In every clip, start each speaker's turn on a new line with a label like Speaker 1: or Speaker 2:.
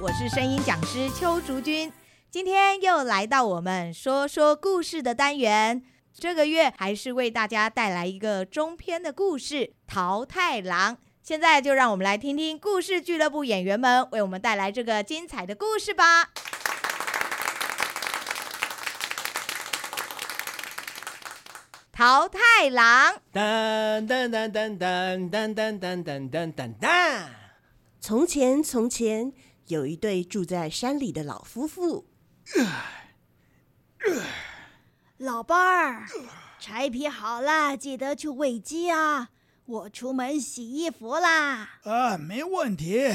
Speaker 1: 我是声音讲师邱竹君，今天又来到我们说说故事的单元。这个月还是为大家带来一个中篇的故事《桃太郎》。现在就让我们来听听故事俱乐部演员们为我们带来这个精彩的故事吧。桃太郎，
Speaker 2: 噔噔噔噔噔噔噔噔噔噔噔噔。
Speaker 3: 从前，从前有一对住在山里的老夫妇。
Speaker 4: 老伴儿，柴皮好了，记得去喂鸡啊！我出门洗衣服啦。
Speaker 5: 啊，没问题，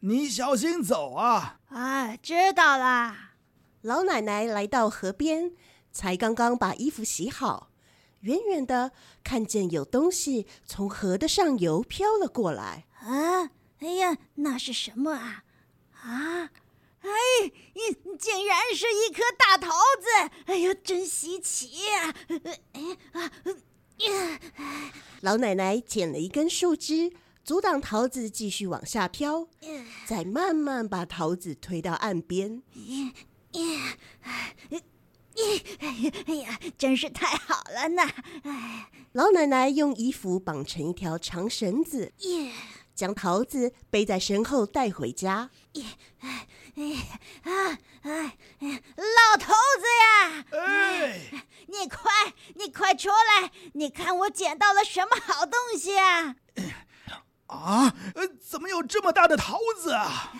Speaker 5: 你小心走啊。
Speaker 4: 啊，知道啦。
Speaker 3: 老奶奶来到河边，才刚刚把衣服洗好，远远的看见有东西从河的上游飘了过来。
Speaker 4: 啊，哎呀，那是什么啊？啊，哎，你竟然是一颗大桃子！哎呀，真稀奇、啊！哎啊，
Speaker 3: 老奶奶捡了一根树枝，阻挡桃子继续往下飘，再慢慢把桃子推到岸边。
Speaker 4: 哎呀，真是太好了呢！
Speaker 3: 老奶奶用衣服绑成一条长绳子，
Speaker 4: 耶
Speaker 3: 将桃子背在身后带回家。
Speaker 4: 啊，哎，哎老头子呀！
Speaker 5: 哎，
Speaker 4: 你快，你快出来！你看我捡到了什么好东西啊？
Speaker 5: 啊，呃，怎么有这么大的桃子啊？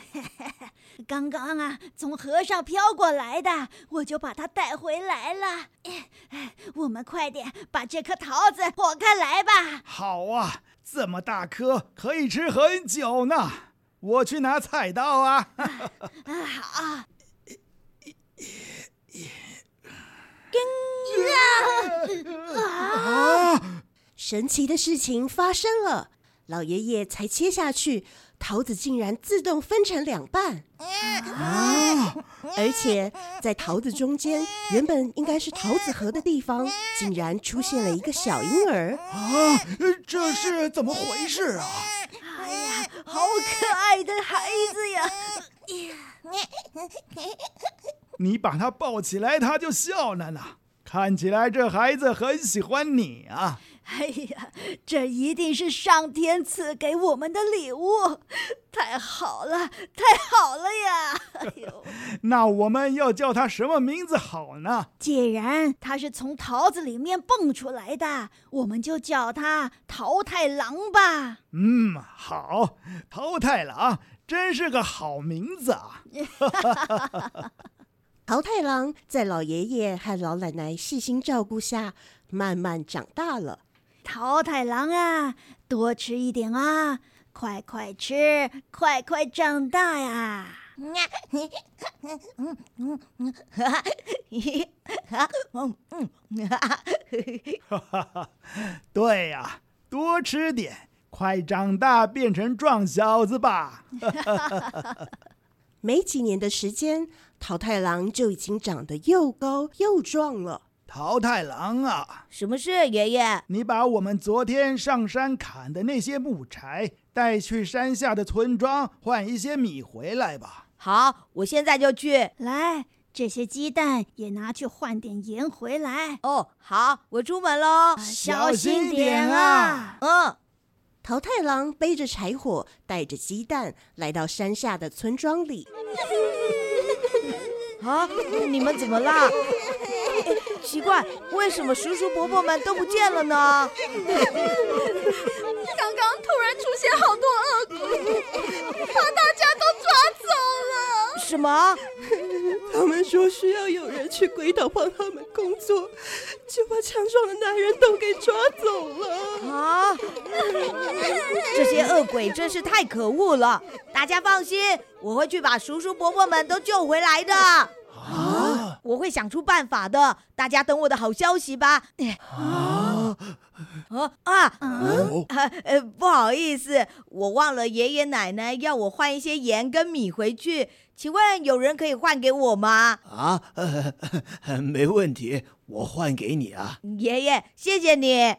Speaker 4: 刚刚啊，从河上飘过来的，我就把它带回来了。哎哎我们快点把这颗桃子剖开来吧！
Speaker 5: 好啊，这么大颗，可以吃很久呢。我去拿菜刀啊！
Speaker 4: 啊，好。
Speaker 5: 啊，
Speaker 3: 神奇的事情发生了，老爷爷才切下去，桃子竟然自动分成两半，而且在桃子中间原本应该是桃子核的地方，竟然出现了一个小婴儿。
Speaker 5: 啊，这是怎么回事啊？
Speaker 4: 哎呀，好可爱的孩子呀！
Speaker 5: 你把它抱起来，它就笑了呢。看起来这孩子很喜欢你啊！
Speaker 4: 哎呀，这一定是上天赐给我们的礼物，太好了，太好了呀！哎呦。
Speaker 5: 那我们要叫它什么名字好呢？
Speaker 4: 既然它是从桃子里面蹦出来的，我们就叫它桃太郎吧。
Speaker 5: 嗯，好，桃太郎啊真是个好名字啊！
Speaker 3: 桃太郎在老爷爷和老奶奶细心照顾下，慢慢长大了。
Speaker 4: 桃太郎啊，多吃一点啊，快快吃，快快长大呀！
Speaker 5: 对呀、多吃点，快长大变成壮小子吧！
Speaker 3: 没几年的时间，桃太郎就已经长得又高又壮了。
Speaker 5: 桃太郎啊，
Speaker 1: 什么事，爷爷？
Speaker 5: 你把我们昨天上山砍的那些木柴带去山下的村庄换一些米回来吧。
Speaker 1: 好，我现在就去。
Speaker 4: 来，这些鸡蛋也拿去换点盐回来，
Speaker 1: 哦，好，我出门喽。
Speaker 5: 小
Speaker 4: 心
Speaker 5: 心
Speaker 4: 点
Speaker 5: 点
Speaker 4: 啊
Speaker 5: 啊！
Speaker 1: 嗯，
Speaker 3: 桃太郎背着柴火，带着鸡蛋，来到山下的村庄里。
Speaker 1: 啊，你们怎么啦？哎奇怪，为什么叔叔伯伯们都不见了呢？
Speaker 6: 刚刚突然出现好多恶鬼，把大家都抓走了。
Speaker 1: 什么？
Speaker 7: 他们说需要有人去鬼岛帮他们工作，就把强壮的男人都给抓走了。
Speaker 1: 啊！这些恶鬼真是太可恶了！大家放心，我会去把叔叔伯伯们都救回来的。啊
Speaker 5: 啊
Speaker 1: 我会想出办法的，大家等我的好消息吧。
Speaker 5: 啊！
Speaker 1: 哦啊，
Speaker 4: 嗯，
Speaker 2: 哦
Speaker 1: 啊，呃，不好意思，我忘了爷爷奶奶要我换一些盐跟米回去，请问有人可以换给我吗？
Speaker 2: 啊，呃呵呵没问题，我换给你啊。
Speaker 1: 爷爷，谢谢你。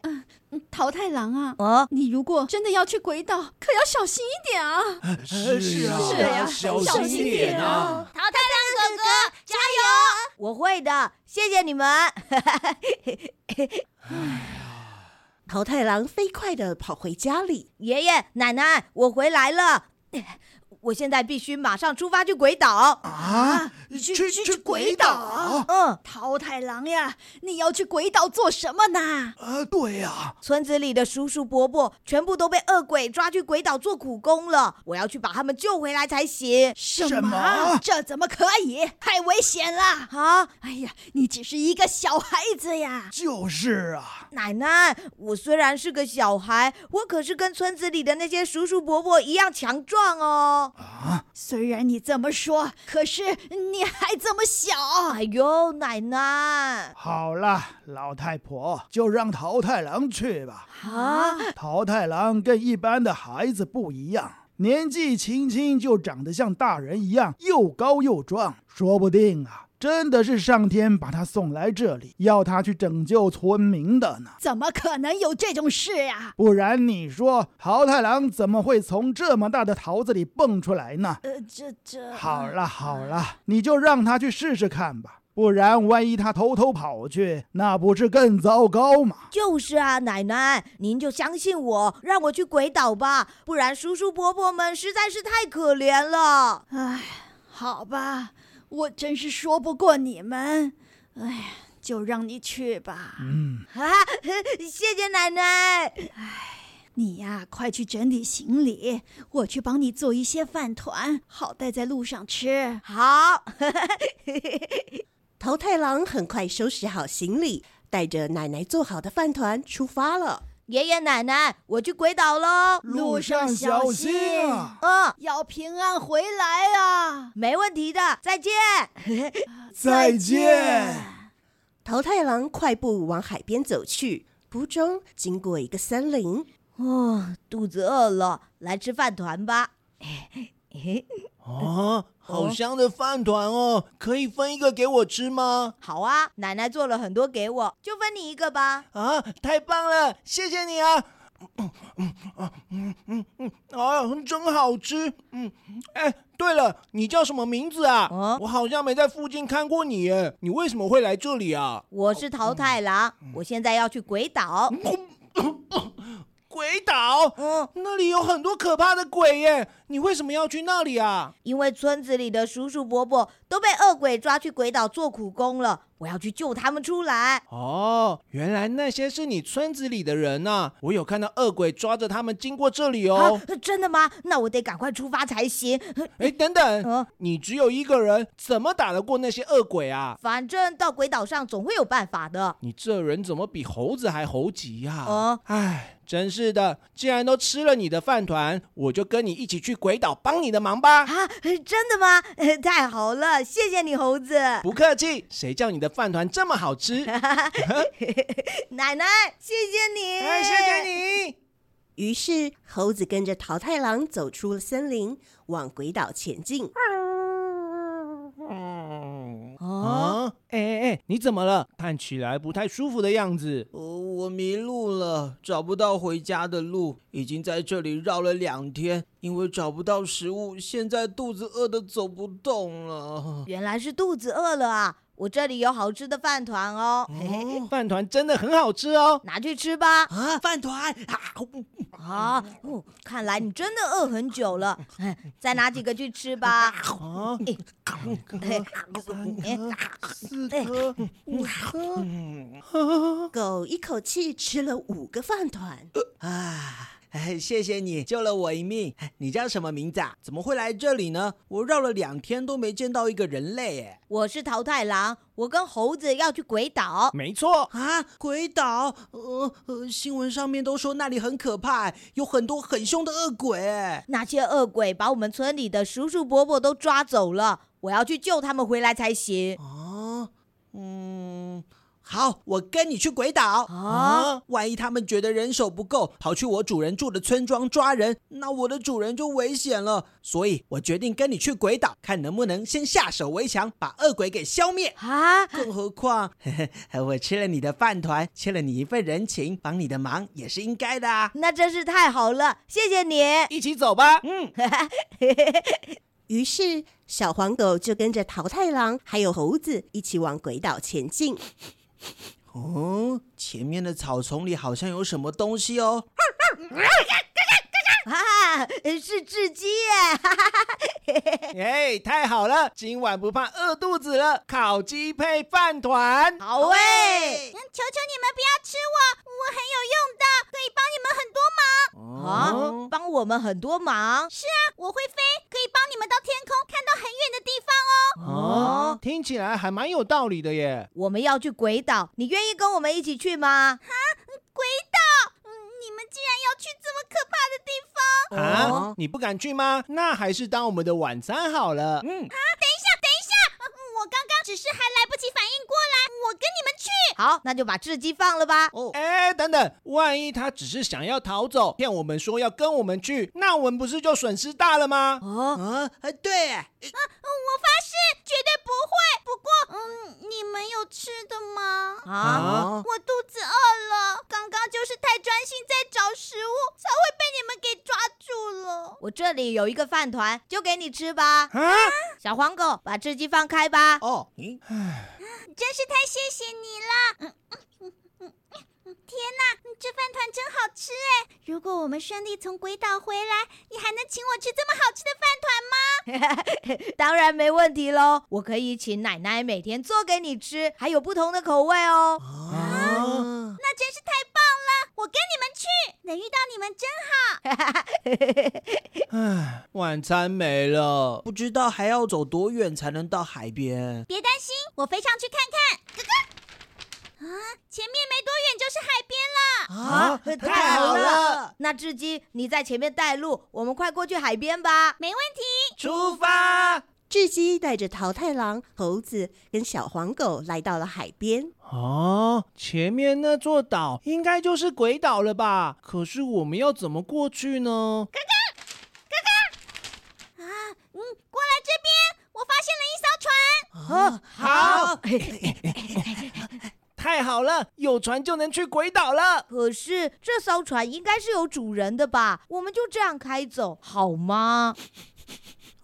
Speaker 6: 桃太郎啊，
Speaker 1: 哦，
Speaker 6: 你如果真的要去鬼岛，可要小心一点啊！
Speaker 2: 是啊
Speaker 6: 是啊
Speaker 2: 小
Speaker 6: 小
Speaker 2: 心
Speaker 6: 心
Speaker 2: 一点
Speaker 6: 点
Speaker 2: 啊
Speaker 6: 啊！
Speaker 4: 淘汰狼哥哥加油！
Speaker 1: 我会的，谢谢你们。
Speaker 3: 桃太郎飞快地跑回家里，
Speaker 1: 爷爷奶奶，我回来了。我现在必须马上出发去鬼岛。
Speaker 5: 啊，去
Speaker 4: 去
Speaker 5: 去
Speaker 4: 鬼岛
Speaker 1: 嗯，
Speaker 4: 桃太郎呀，你要去鬼岛做什么呢？
Speaker 5: 啊，对呀、
Speaker 1: 村子里的叔叔伯伯全部都被恶鬼抓去鬼岛做苦工了，我要去把他们救回来才行。
Speaker 4: 什
Speaker 5: 什么
Speaker 4: 这怎么可以？太危险了！
Speaker 1: 啊，
Speaker 4: 哎呀，你只是一个小孩子呀！
Speaker 5: 就是啊，
Speaker 1: 奶奶，我虽然是个小孩，我可是跟村子里的那些叔叔伯伯一样强壮哦。
Speaker 4: 啊虽然你这么说，可是你还这么小。
Speaker 1: 哎呦，奶奶
Speaker 5: 好啦，老太婆就让桃太郎去吧。
Speaker 1: 啊，
Speaker 5: 桃太郎跟一般的孩子不一样，年纪轻轻就长得像大人一样，又高又壮，说不定啊，真的是上天把他送来这里，要他去拯救村民的呢。
Speaker 4: 怎么可能有这种事呀、
Speaker 5: 不然你说桃太郎怎么会从这么大的桃子里蹦出来呢？
Speaker 4: 呃，这这
Speaker 5: 好了好了，你就让他去试试看吧，不然万一他偷偷跑去，那不是更糟糕吗？
Speaker 1: 就是啊，奶奶，您就相信我，让我去鬼岛吧，不然叔叔伯伯们实在是太可怜了。
Speaker 4: 唉，好吧，我真是说不过你们。唉，就让你去吧。
Speaker 5: 嗯，
Speaker 1: 啊， 谢谢奶奶。
Speaker 4: 你呀、快去整理行李，我去帮你做一些饭团，好带在路上吃。
Speaker 1: 好，
Speaker 3: 桃太郎很快收拾好行李，带着奶奶做好的饭团出发了。
Speaker 1: 爷爷奶奶，我去鬼岛喽。
Speaker 4: 路上小心啊
Speaker 1: 嗯，
Speaker 4: 要平安回来啊！
Speaker 1: 没问题的，再见。
Speaker 5: 再见。
Speaker 3: 桃太郎快步往海边走去，途中经过一个森林，
Speaker 1: 哦，肚子饿了，来吃饭团吧。嘿
Speaker 2: 啊，好香的饭团哦，可以分一个给我吃吗？
Speaker 1: 好啊，奶奶做了很多给我，就分你一个吧。
Speaker 2: 啊，太棒了，谢谢你啊！嗯嗯啊嗯嗯嗯，啊，真好吃。嗯，哎，对了，你叫什么名字啊？
Speaker 1: 哦
Speaker 2: 我好像没在附近看过你耶，你为什么会来这里啊？
Speaker 1: 我是桃太
Speaker 2: 哦
Speaker 1: 郎，
Speaker 2: 嗯
Speaker 1: 我现在要去鬼岛。
Speaker 2: 鬼岛，
Speaker 1: 嗯，
Speaker 2: 那里有很多可怕的鬼耶，你为什么要去那里啊？
Speaker 1: 因为村子里的叔叔伯伯都被恶鬼抓去鬼岛做苦工了，我要去救他们出来。
Speaker 2: 哦，原来那些是你村子里的人呐、我有看到恶鬼抓着他们经过这里哦。
Speaker 1: 啊，真的吗？那我得赶快出发才行。
Speaker 2: 哎，等等，
Speaker 1: 嗯，
Speaker 2: 你只有一个人，怎么打得过那些恶鬼啊？
Speaker 1: 反正到鬼岛上总会有办法的。
Speaker 2: 你这人怎么比猴子还猴急呀、
Speaker 1: 哦
Speaker 2: 哎，真是的，既然都吃了你的饭团，我就跟你一起去鬼岛帮你的忙吧。
Speaker 1: 啊，真的吗？ 太好了，谢谢你，猴子。
Speaker 2: 不客气，谁叫你的饭团这么 好吃？
Speaker 1: 奶奶，谢谢你，
Speaker 2: 哎，谢谢你。
Speaker 3: 于是猴子跟着桃太郎走出了森林，往鬼岛前进。
Speaker 1: 哦，
Speaker 2: 啊，哎哎哎，你怎么了？看起来不太舒服的样子。
Speaker 8: 哦，我迷路了，找不到回家的路，已经在这里绕了两天，因为找不到食物，现在肚子饿得走不动了。
Speaker 1: 原来是肚子饿了啊！我这里有好吃的饭团哦，嘿嘿
Speaker 2: 饭团真的很好吃哦。
Speaker 1: 拿去吃吧。
Speaker 8: 啊，饭团啊！
Speaker 1: 啊，哦，看来你真的饿很久了，哎再拿几个去吃吧。
Speaker 2: 啊，
Speaker 1: 哎哎
Speaker 2: 四
Speaker 1: 哎
Speaker 2: 颗，
Speaker 3: 狗一口气吃了五个饭团。
Speaker 8: 啊， 哎，谢谢你救了我一命。 你叫什么名字啊？怎么会来这里呢？我绕了两天都没见到一个人类耶。
Speaker 1: 我是桃太郎，我跟猴子要去鬼岛。
Speaker 2: 没错。
Speaker 8: 啊，鬼岛，呃呃，新闻上面都说那里很可怕，有很多很凶的恶鬼耶。
Speaker 1: 那些恶鬼把我们村里的叔叔伯伯都
Speaker 2: 哦
Speaker 1: 抓走了，我要去救他们回来才行。
Speaker 8: 哦，嗯，好，我跟你去鬼岛
Speaker 1: 啊！
Speaker 8: 万一他们觉得人手不够，跑去我主人住的村庄抓人，那我的主人就危险了。所以我决定跟你去鬼岛，看能不能先下手为强，把恶鬼给消灭。
Speaker 1: 啊，
Speaker 8: 更何况，嘿嘿，我吃了你的饭团，欠了你一份人情，帮你的忙也是应该的啊。
Speaker 1: 那真是太好了，谢谢你。
Speaker 2: 一起走吧。
Speaker 8: 嗯，
Speaker 3: 于是，小黄狗就跟着桃太郎还有猴子一起往鬼岛前进。
Speaker 8: 哦，前面的草丛里好像有什么东西哦。
Speaker 1: 啊，是雉鸡耶！
Speaker 2: 哎，太好了，今晚不怕饿肚子了，烤鸡配饭团。
Speaker 1: 好哎，
Speaker 4: 欸嗯求求你们不要吃我，我很有用的，可以帮你们很多忙。
Speaker 1: 啊，帮我们很多忙。
Speaker 4: 啊我会飞，可以帮你们到天空看到很远的地方哦。
Speaker 2: 哦，听起来还蛮有道理的耶。
Speaker 1: 我们要去鬼岛，你愿意跟我们一起去吗？
Speaker 4: 鬼岛，嗯，你们竟然要去这么可怕的地方！
Speaker 2: 啊，你不敢去吗？那还是当我们的晚餐好了。嗯，
Speaker 4: 我刚刚只是还来不及反应过来，我跟你们去。
Speaker 1: 好，那就把雉鸡放了吧。
Speaker 8: 哦，
Speaker 2: 哎，等等，万一他只是想要逃走，骗我们说要跟我们去，那我们不是就损失大了吗？
Speaker 1: 哦，
Speaker 8: 啊，哎对耶，
Speaker 4: 嗯，我发誓绝对不会。不过，嗯，你们有吃的吗？
Speaker 1: 啊，
Speaker 8: 啊
Speaker 4: 我肚子饿了，刚刚就是太专心在找食物，才会被你们给抓住了。
Speaker 1: 我这里有一个饭团，就给你吃吧。
Speaker 2: 啊，
Speaker 1: 小黄狗，把雉鸡放开吧。
Speaker 8: 哦，咦，
Speaker 4: 真是太谢谢你了！嗯嗯嗯嗯嗯天哪，这饭团真好吃哎！如果我们顺利从鬼岛回来，你还能请我吃这么好吃的饭团吗？
Speaker 1: 当然没问题喽，我可以请奶奶每天做给你吃，还有不同的口味哦。
Speaker 8: 啊，
Speaker 4: 那真是太棒了！我跟你们去，能遇到你们真好。
Speaker 2: 唉，晚餐没了。
Speaker 8: 不知道还要走多远才能到海边。
Speaker 4: 别担心，我飞上去看看。哥哥，啊，前面没多远就是海边了。
Speaker 2: 啊
Speaker 1: 太好了！那雉鸡，你在前面带路，我们快过去海边吧。
Speaker 4: 没问题，
Speaker 2: 出发！
Speaker 3: 雉鸡带着桃太郎、猴子跟小黄狗来到了海边。
Speaker 2: 哦，前面那座岛应该就是鬼岛了吧？可是我们要怎么过去呢？
Speaker 4: 嗯，过来这边，我发现了一艘船。
Speaker 1: 哦，好。
Speaker 2: 太好了，有船就能去鬼岛了。
Speaker 1: 可是这艘船应该是有主人的吧？我们就这样开走好吗？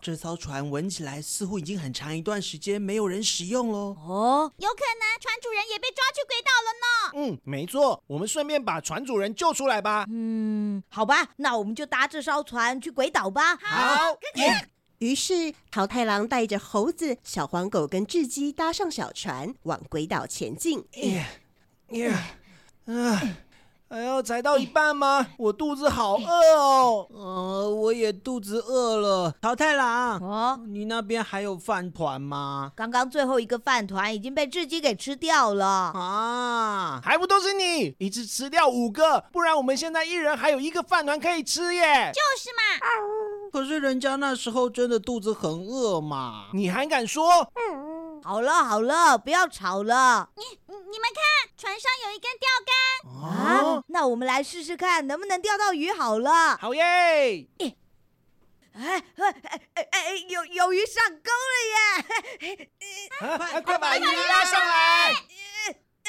Speaker 8: 这艘船闻起来似乎已经很长一段时间没有人使用喽。
Speaker 1: 哦，
Speaker 4: 有可能船主人也被抓去鬼岛了呢。
Speaker 2: 嗯，没错，我们顺便把船主人救出来吧。
Speaker 1: 嗯，好吧，那我们就搭这艘船去鬼岛吧。
Speaker 2: 好，
Speaker 3: 于是，桃太郎带着猴子、小黄狗跟雉鸡搭上小船，往鬼岛前进。
Speaker 2: 耶，哎，哎呦，才到一半吗？我肚子好饿哦。
Speaker 8: 呃，我也肚子饿了。桃太郎，
Speaker 1: 哦，
Speaker 8: 你那边还有饭团吗？
Speaker 1: 刚刚最后一个饭团已经被雉鸡给吃掉了。
Speaker 8: 啊，
Speaker 2: 还不都是你一次吃掉五个，不然我们现在一人还有一个饭团可以吃耶。
Speaker 4: 就是嘛，
Speaker 8: 可是人家那时候真的肚子很饿嘛。
Speaker 2: 你还敢说？
Speaker 1: 好了好了，不要吵了
Speaker 4: 你你们看，船上有一根钓竿。
Speaker 1: 啊！那我们来试试看能不能钓到鱼好了。
Speaker 2: 好耶！
Speaker 1: 哎哎哎哎哎，有有鱼上钩了耶！
Speaker 2: 啊，快把鱼拉上来！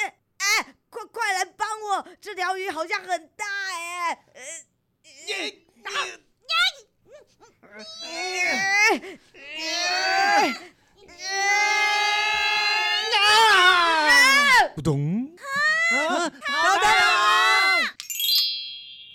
Speaker 1: 哎，快快来帮我，这条鱼好像很大哎。呃
Speaker 2: 不懂。啊，淘汰了！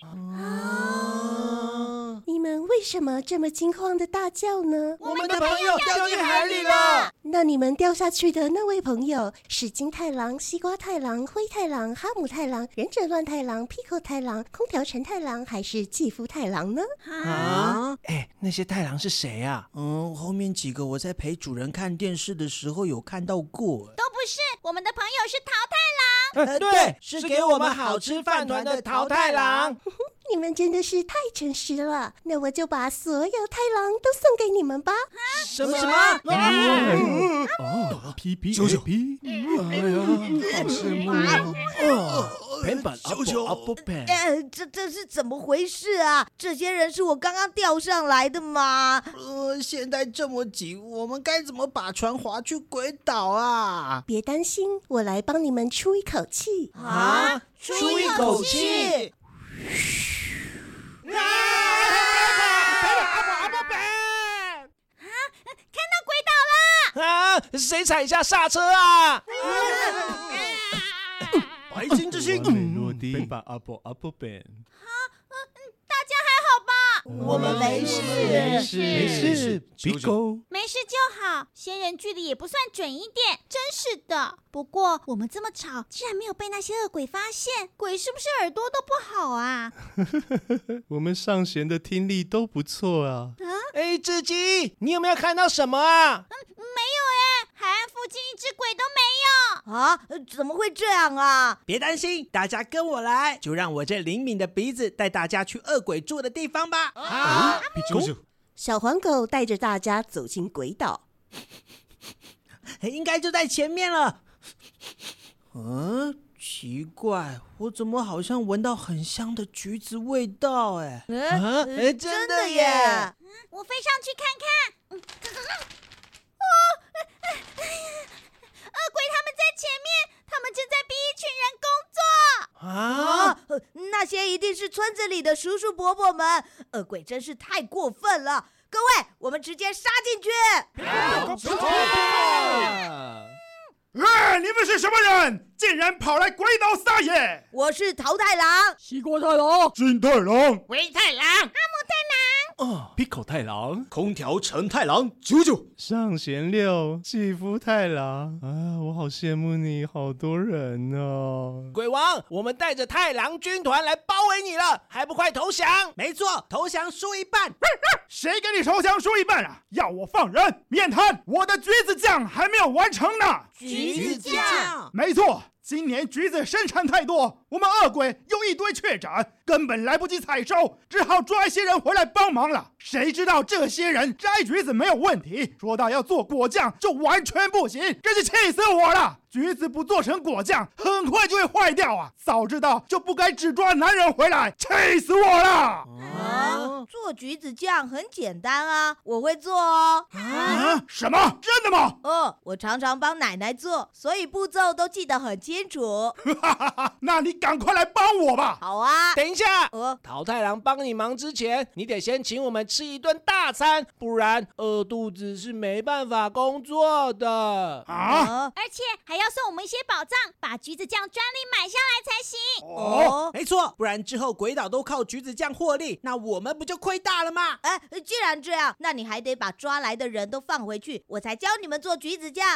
Speaker 8: 啊，
Speaker 3: 你们为什么这么惊慌的大叫呢？
Speaker 2: 我们的朋友掉进海里了。
Speaker 3: 那你们掉下去的那位朋友是金太郎、西瓜太郎、灰太狼、哈姆太郎、忍者乱太郎、皮克太郎、空调陈太郎，还是继父太郎呢？
Speaker 8: 啊，
Speaker 2: 哎，那些太郎是谁啊？
Speaker 8: 嗯，后面几个我在陪主人看电视的时候有看到过。
Speaker 4: 都不是，我们的朋友是桃太郎。
Speaker 2: 呃对，是给我们好吃饭团的桃太郎。
Speaker 3: 你们真的是太诚实了，那我就把所有太郎都送给你们吧。
Speaker 2: 什么什么？
Speaker 9: 啊，P P A P，哎
Speaker 2: 아,
Speaker 9: 呀，好羡慕
Speaker 2: 뭐.
Speaker 9: 啊！
Speaker 2: 平板
Speaker 9: 小九
Speaker 2: Apple Pen，
Speaker 1: 哎，这这是怎么回事啊？这些人是我刚刚钓上来的吗？
Speaker 8: 呃，现在这么急，我们该怎么把船划去鬼岛啊？
Speaker 3: 别担心，我来帮你们出一口气。
Speaker 1: 啊，
Speaker 8: 出一口气！
Speaker 4: 看到鬼岛了！
Speaker 2: 啊，谁踩一下刹车啊？
Speaker 9: 白金之星
Speaker 2: 完美
Speaker 9: 落
Speaker 2: 落
Speaker 9: 地
Speaker 2: 地
Speaker 9: ，Apple Apple Apple Ben。
Speaker 4: 大家还好吧？
Speaker 2: 我们没事没事
Speaker 9: 没事
Speaker 2: 啾啾
Speaker 9: ，Bigo。
Speaker 4: 没事就好，仙人距离也不算准一点，真是的。不过我们这么吵，竟然没有被那些恶鬼发现，鬼是不是耳朵都不好啊？
Speaker 9: 我们上弦的听力都不错啊。
Speaker 2: 哎，志基，你有没有看到什么啊？
Speaker 4: 没有哎，海岸附近一只鬼都没有。
Speaker 1: 啊，呃怎么会这样啊？
Speaker 8: 别担心，大家跟我来，就让我这灵敏的鼻子带大家去恶鬼住的地方吧。
Speaker 9: 啊，Bigo，
Speaker 3: 小黄狗带着大家走进鬼岛，
Speaker 8: 应该就在前面了。嗯，奇怪，我怎么好像闻到很香的橘子味道？哎，
Speaker 2: 啊，哎，
Speaker 1: 真的耶！啊
Speaker 4: 我飞上去看看。嗯哦，恶鬼他们在前面，他们正在逼一群
Speaker 2: 啊，
Speaker 4: 人工作。
Speaker 1: 啊，呃那些一定是村子里的叔叔伯伯们，恶鬼真是太过分了！各位，我们直接杀进去！
Speaker 8: 哦
Speaker 9: 哎，你们是什么人？竟然跑来鬼岛撒野！
Speaker 1: 我是桃太郎，
Speaker 9: 金太郎、
Speaker 4: 灰太狼，
Speaker 9: Pico 太郎、
Speaker 8: 空调陈太郎，九九，
Speaker 9: 上弦六、继夫太郎啊，我好羡慕你，好多人哦。
Speaker 2: 鬼王，我们带着太郎军团来包围你了，还不快投降？
Speaker 8: 没错，投降输一半。
Speaker 5: 谁给你投降输一半啊？要我放人？面瘫！我的橘子酱还没有完成呢。
Speaker 1: 橘
Speaker 8: 子酱，
Speaker 5: 没错，今年橘子生产太多，我们恶鬼又一堆确诊，根本来不及采收，只好抓一些人回来帮忙了。谁知道这些人摘橘子没有问题，说到要做果酱就完全不行，真是气死我了！橘子不做成果酱，很快就会坏掉啊！早知道就不该只抓男人回来，气死我了！
Speaker 1: 啊，做橘子酱很简单啊，我会做哦。
Speaker 5: 啊，什么？真的吗？
Speaker 1: 哦，我常常帮奶奶做，所以步骤都记得很清楚。
Speaker 5: 啊那你赶快来帮我吧！
Speaker 1: 好啊，
Speaker 2: 等一下，
Speaker 1: 呃，
Speaker 2: 桃太郎帮你忙之前，你得先请我们吃一顿大餐，不然饿肚子是没办法工作的。
Speaker 5: 啊，
Speaker 1: 呃
Speaker 4: 而且还要送我们一些宝藏，把橘子酱专利买下来才行。
Speaker 1: 哦，
Speaker 8: 没错，不然之后鬼岛都靠橘子酱获利，那我们不就亏大了吗？
Speaker 1: 哎，既然这样，那你还得把抓来的人都放回去，我才教你们做橘子酱。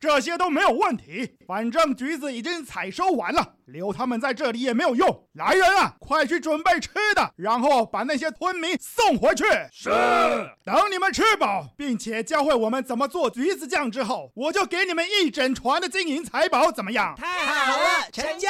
Speaker 5: 这些都没有问题，反正橘子已经采收完了，留他们在这里也没有用。来人啊，快去准备吃的，然后把那些村民送回去。是。等你们吃饱，并且教会我们怎么做橘子酱之后，我就给你们一整船的金银财宝，怎么样？
Speaker 2: 太
Speaker 8: 好了，成 交。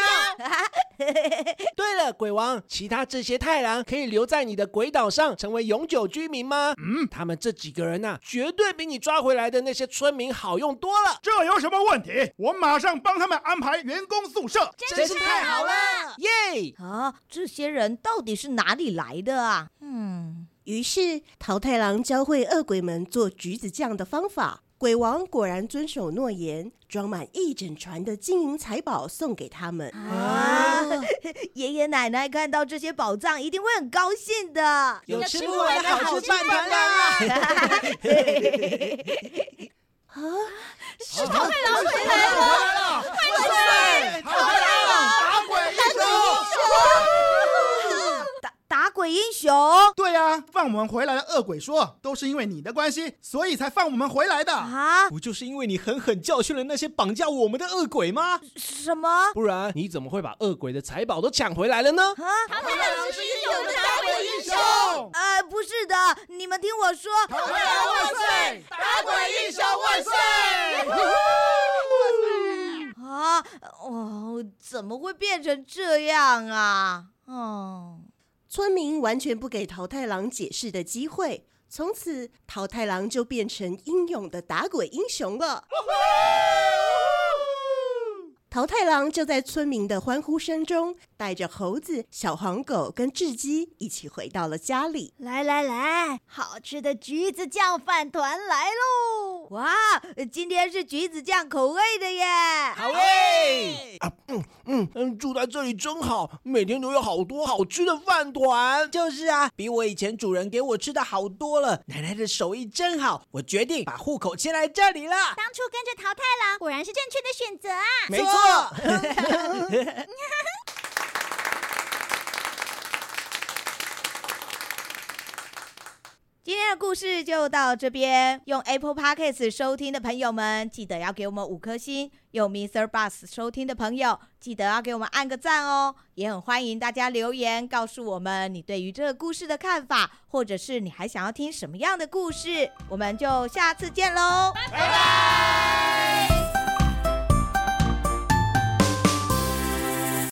Speaker 2: 对了，鬼王，其他这些太郎可以留在你的鬼岛上成为永久居民吗？嗯，他们这几个人呐、绝对比你抓回来的那些村民好用多了。
Speaker 5: 这有什么问题？我马上帮他们安排员工宿舍。
Speaker 2: 真是太好了，耶！
Speaker 1: 啊，这些人到底是哪里来的啊？嗯，
Speaker 3: 于是桃太郎教会恶鬼们做橘子酱的方法。鬼王果然遵守诺言，装满一整船的金银财宝送给他们。
Speaker 1: 啊， 爷爷奶奶看到这些宝藏一定会很高兴的。
Speaker 8: 有吃不完的好吃饭团啦！
Speaker 1: 打打鬼英雄，
Speaker 5: 对呀、放我们回来的恶鬼说，都是因为你的关系，所以才放我们回来的。
Speaker 1: 啊，
Speaker 8: 不就是因为你狠狠教训了那些绑架我们的恶鬼吗？
Speaker 1: 什么？啊
Speaker 2: 不然你怎么会把恶鬼的财宝都抢回来了呢？
Speaker 4: 桃太郎是英勇的打鬼英雄，
Speaker 1: 呃，不是的，你们听我说，
Speaker 2: 万岁！打鬼英雄万岁！
Speaker 1: 啊，啊！哦，怎么会变成这样啊？哦，
Speaker 3: 村民完全不给桃太郎解释的机会，从此桃太郎就变成英勇的打鬼英雄了。桃太郎就在村民的欢呼声中，带着猴子、小黄狗跟雉鸡一起回到了家里。
Speaker 4: 来来来，好吃的橘子酱饭团来喽！
Speaker 1: 哇，今天是橘子酱口味的耶！
Speaker 2: 好嘞！啊，嗯嗯嗯，住在这里真好，每天都有好多好吃的饭团。
Speaker 8: 就是啊，比我以前主人给我吃的好多了。奶奶的手艺真好，我决定把户口迁来这里了。
Speaker 4: 当初跟着桃太郎，果然是正确的选择啊！
Speaker 8: 没错，
Speaker 1: 今天的故事就到这边。用 Apple Podcast 收听的朋友们，记得要给我们五颗星；用 Mr. Bus 收听的朋友，记得要给我们按个赞哦。也很欢迎大家留言告诉我们你对于这个故事的看法，或者是你还想要听什么样的故事。我们就下次见喽，拜拜。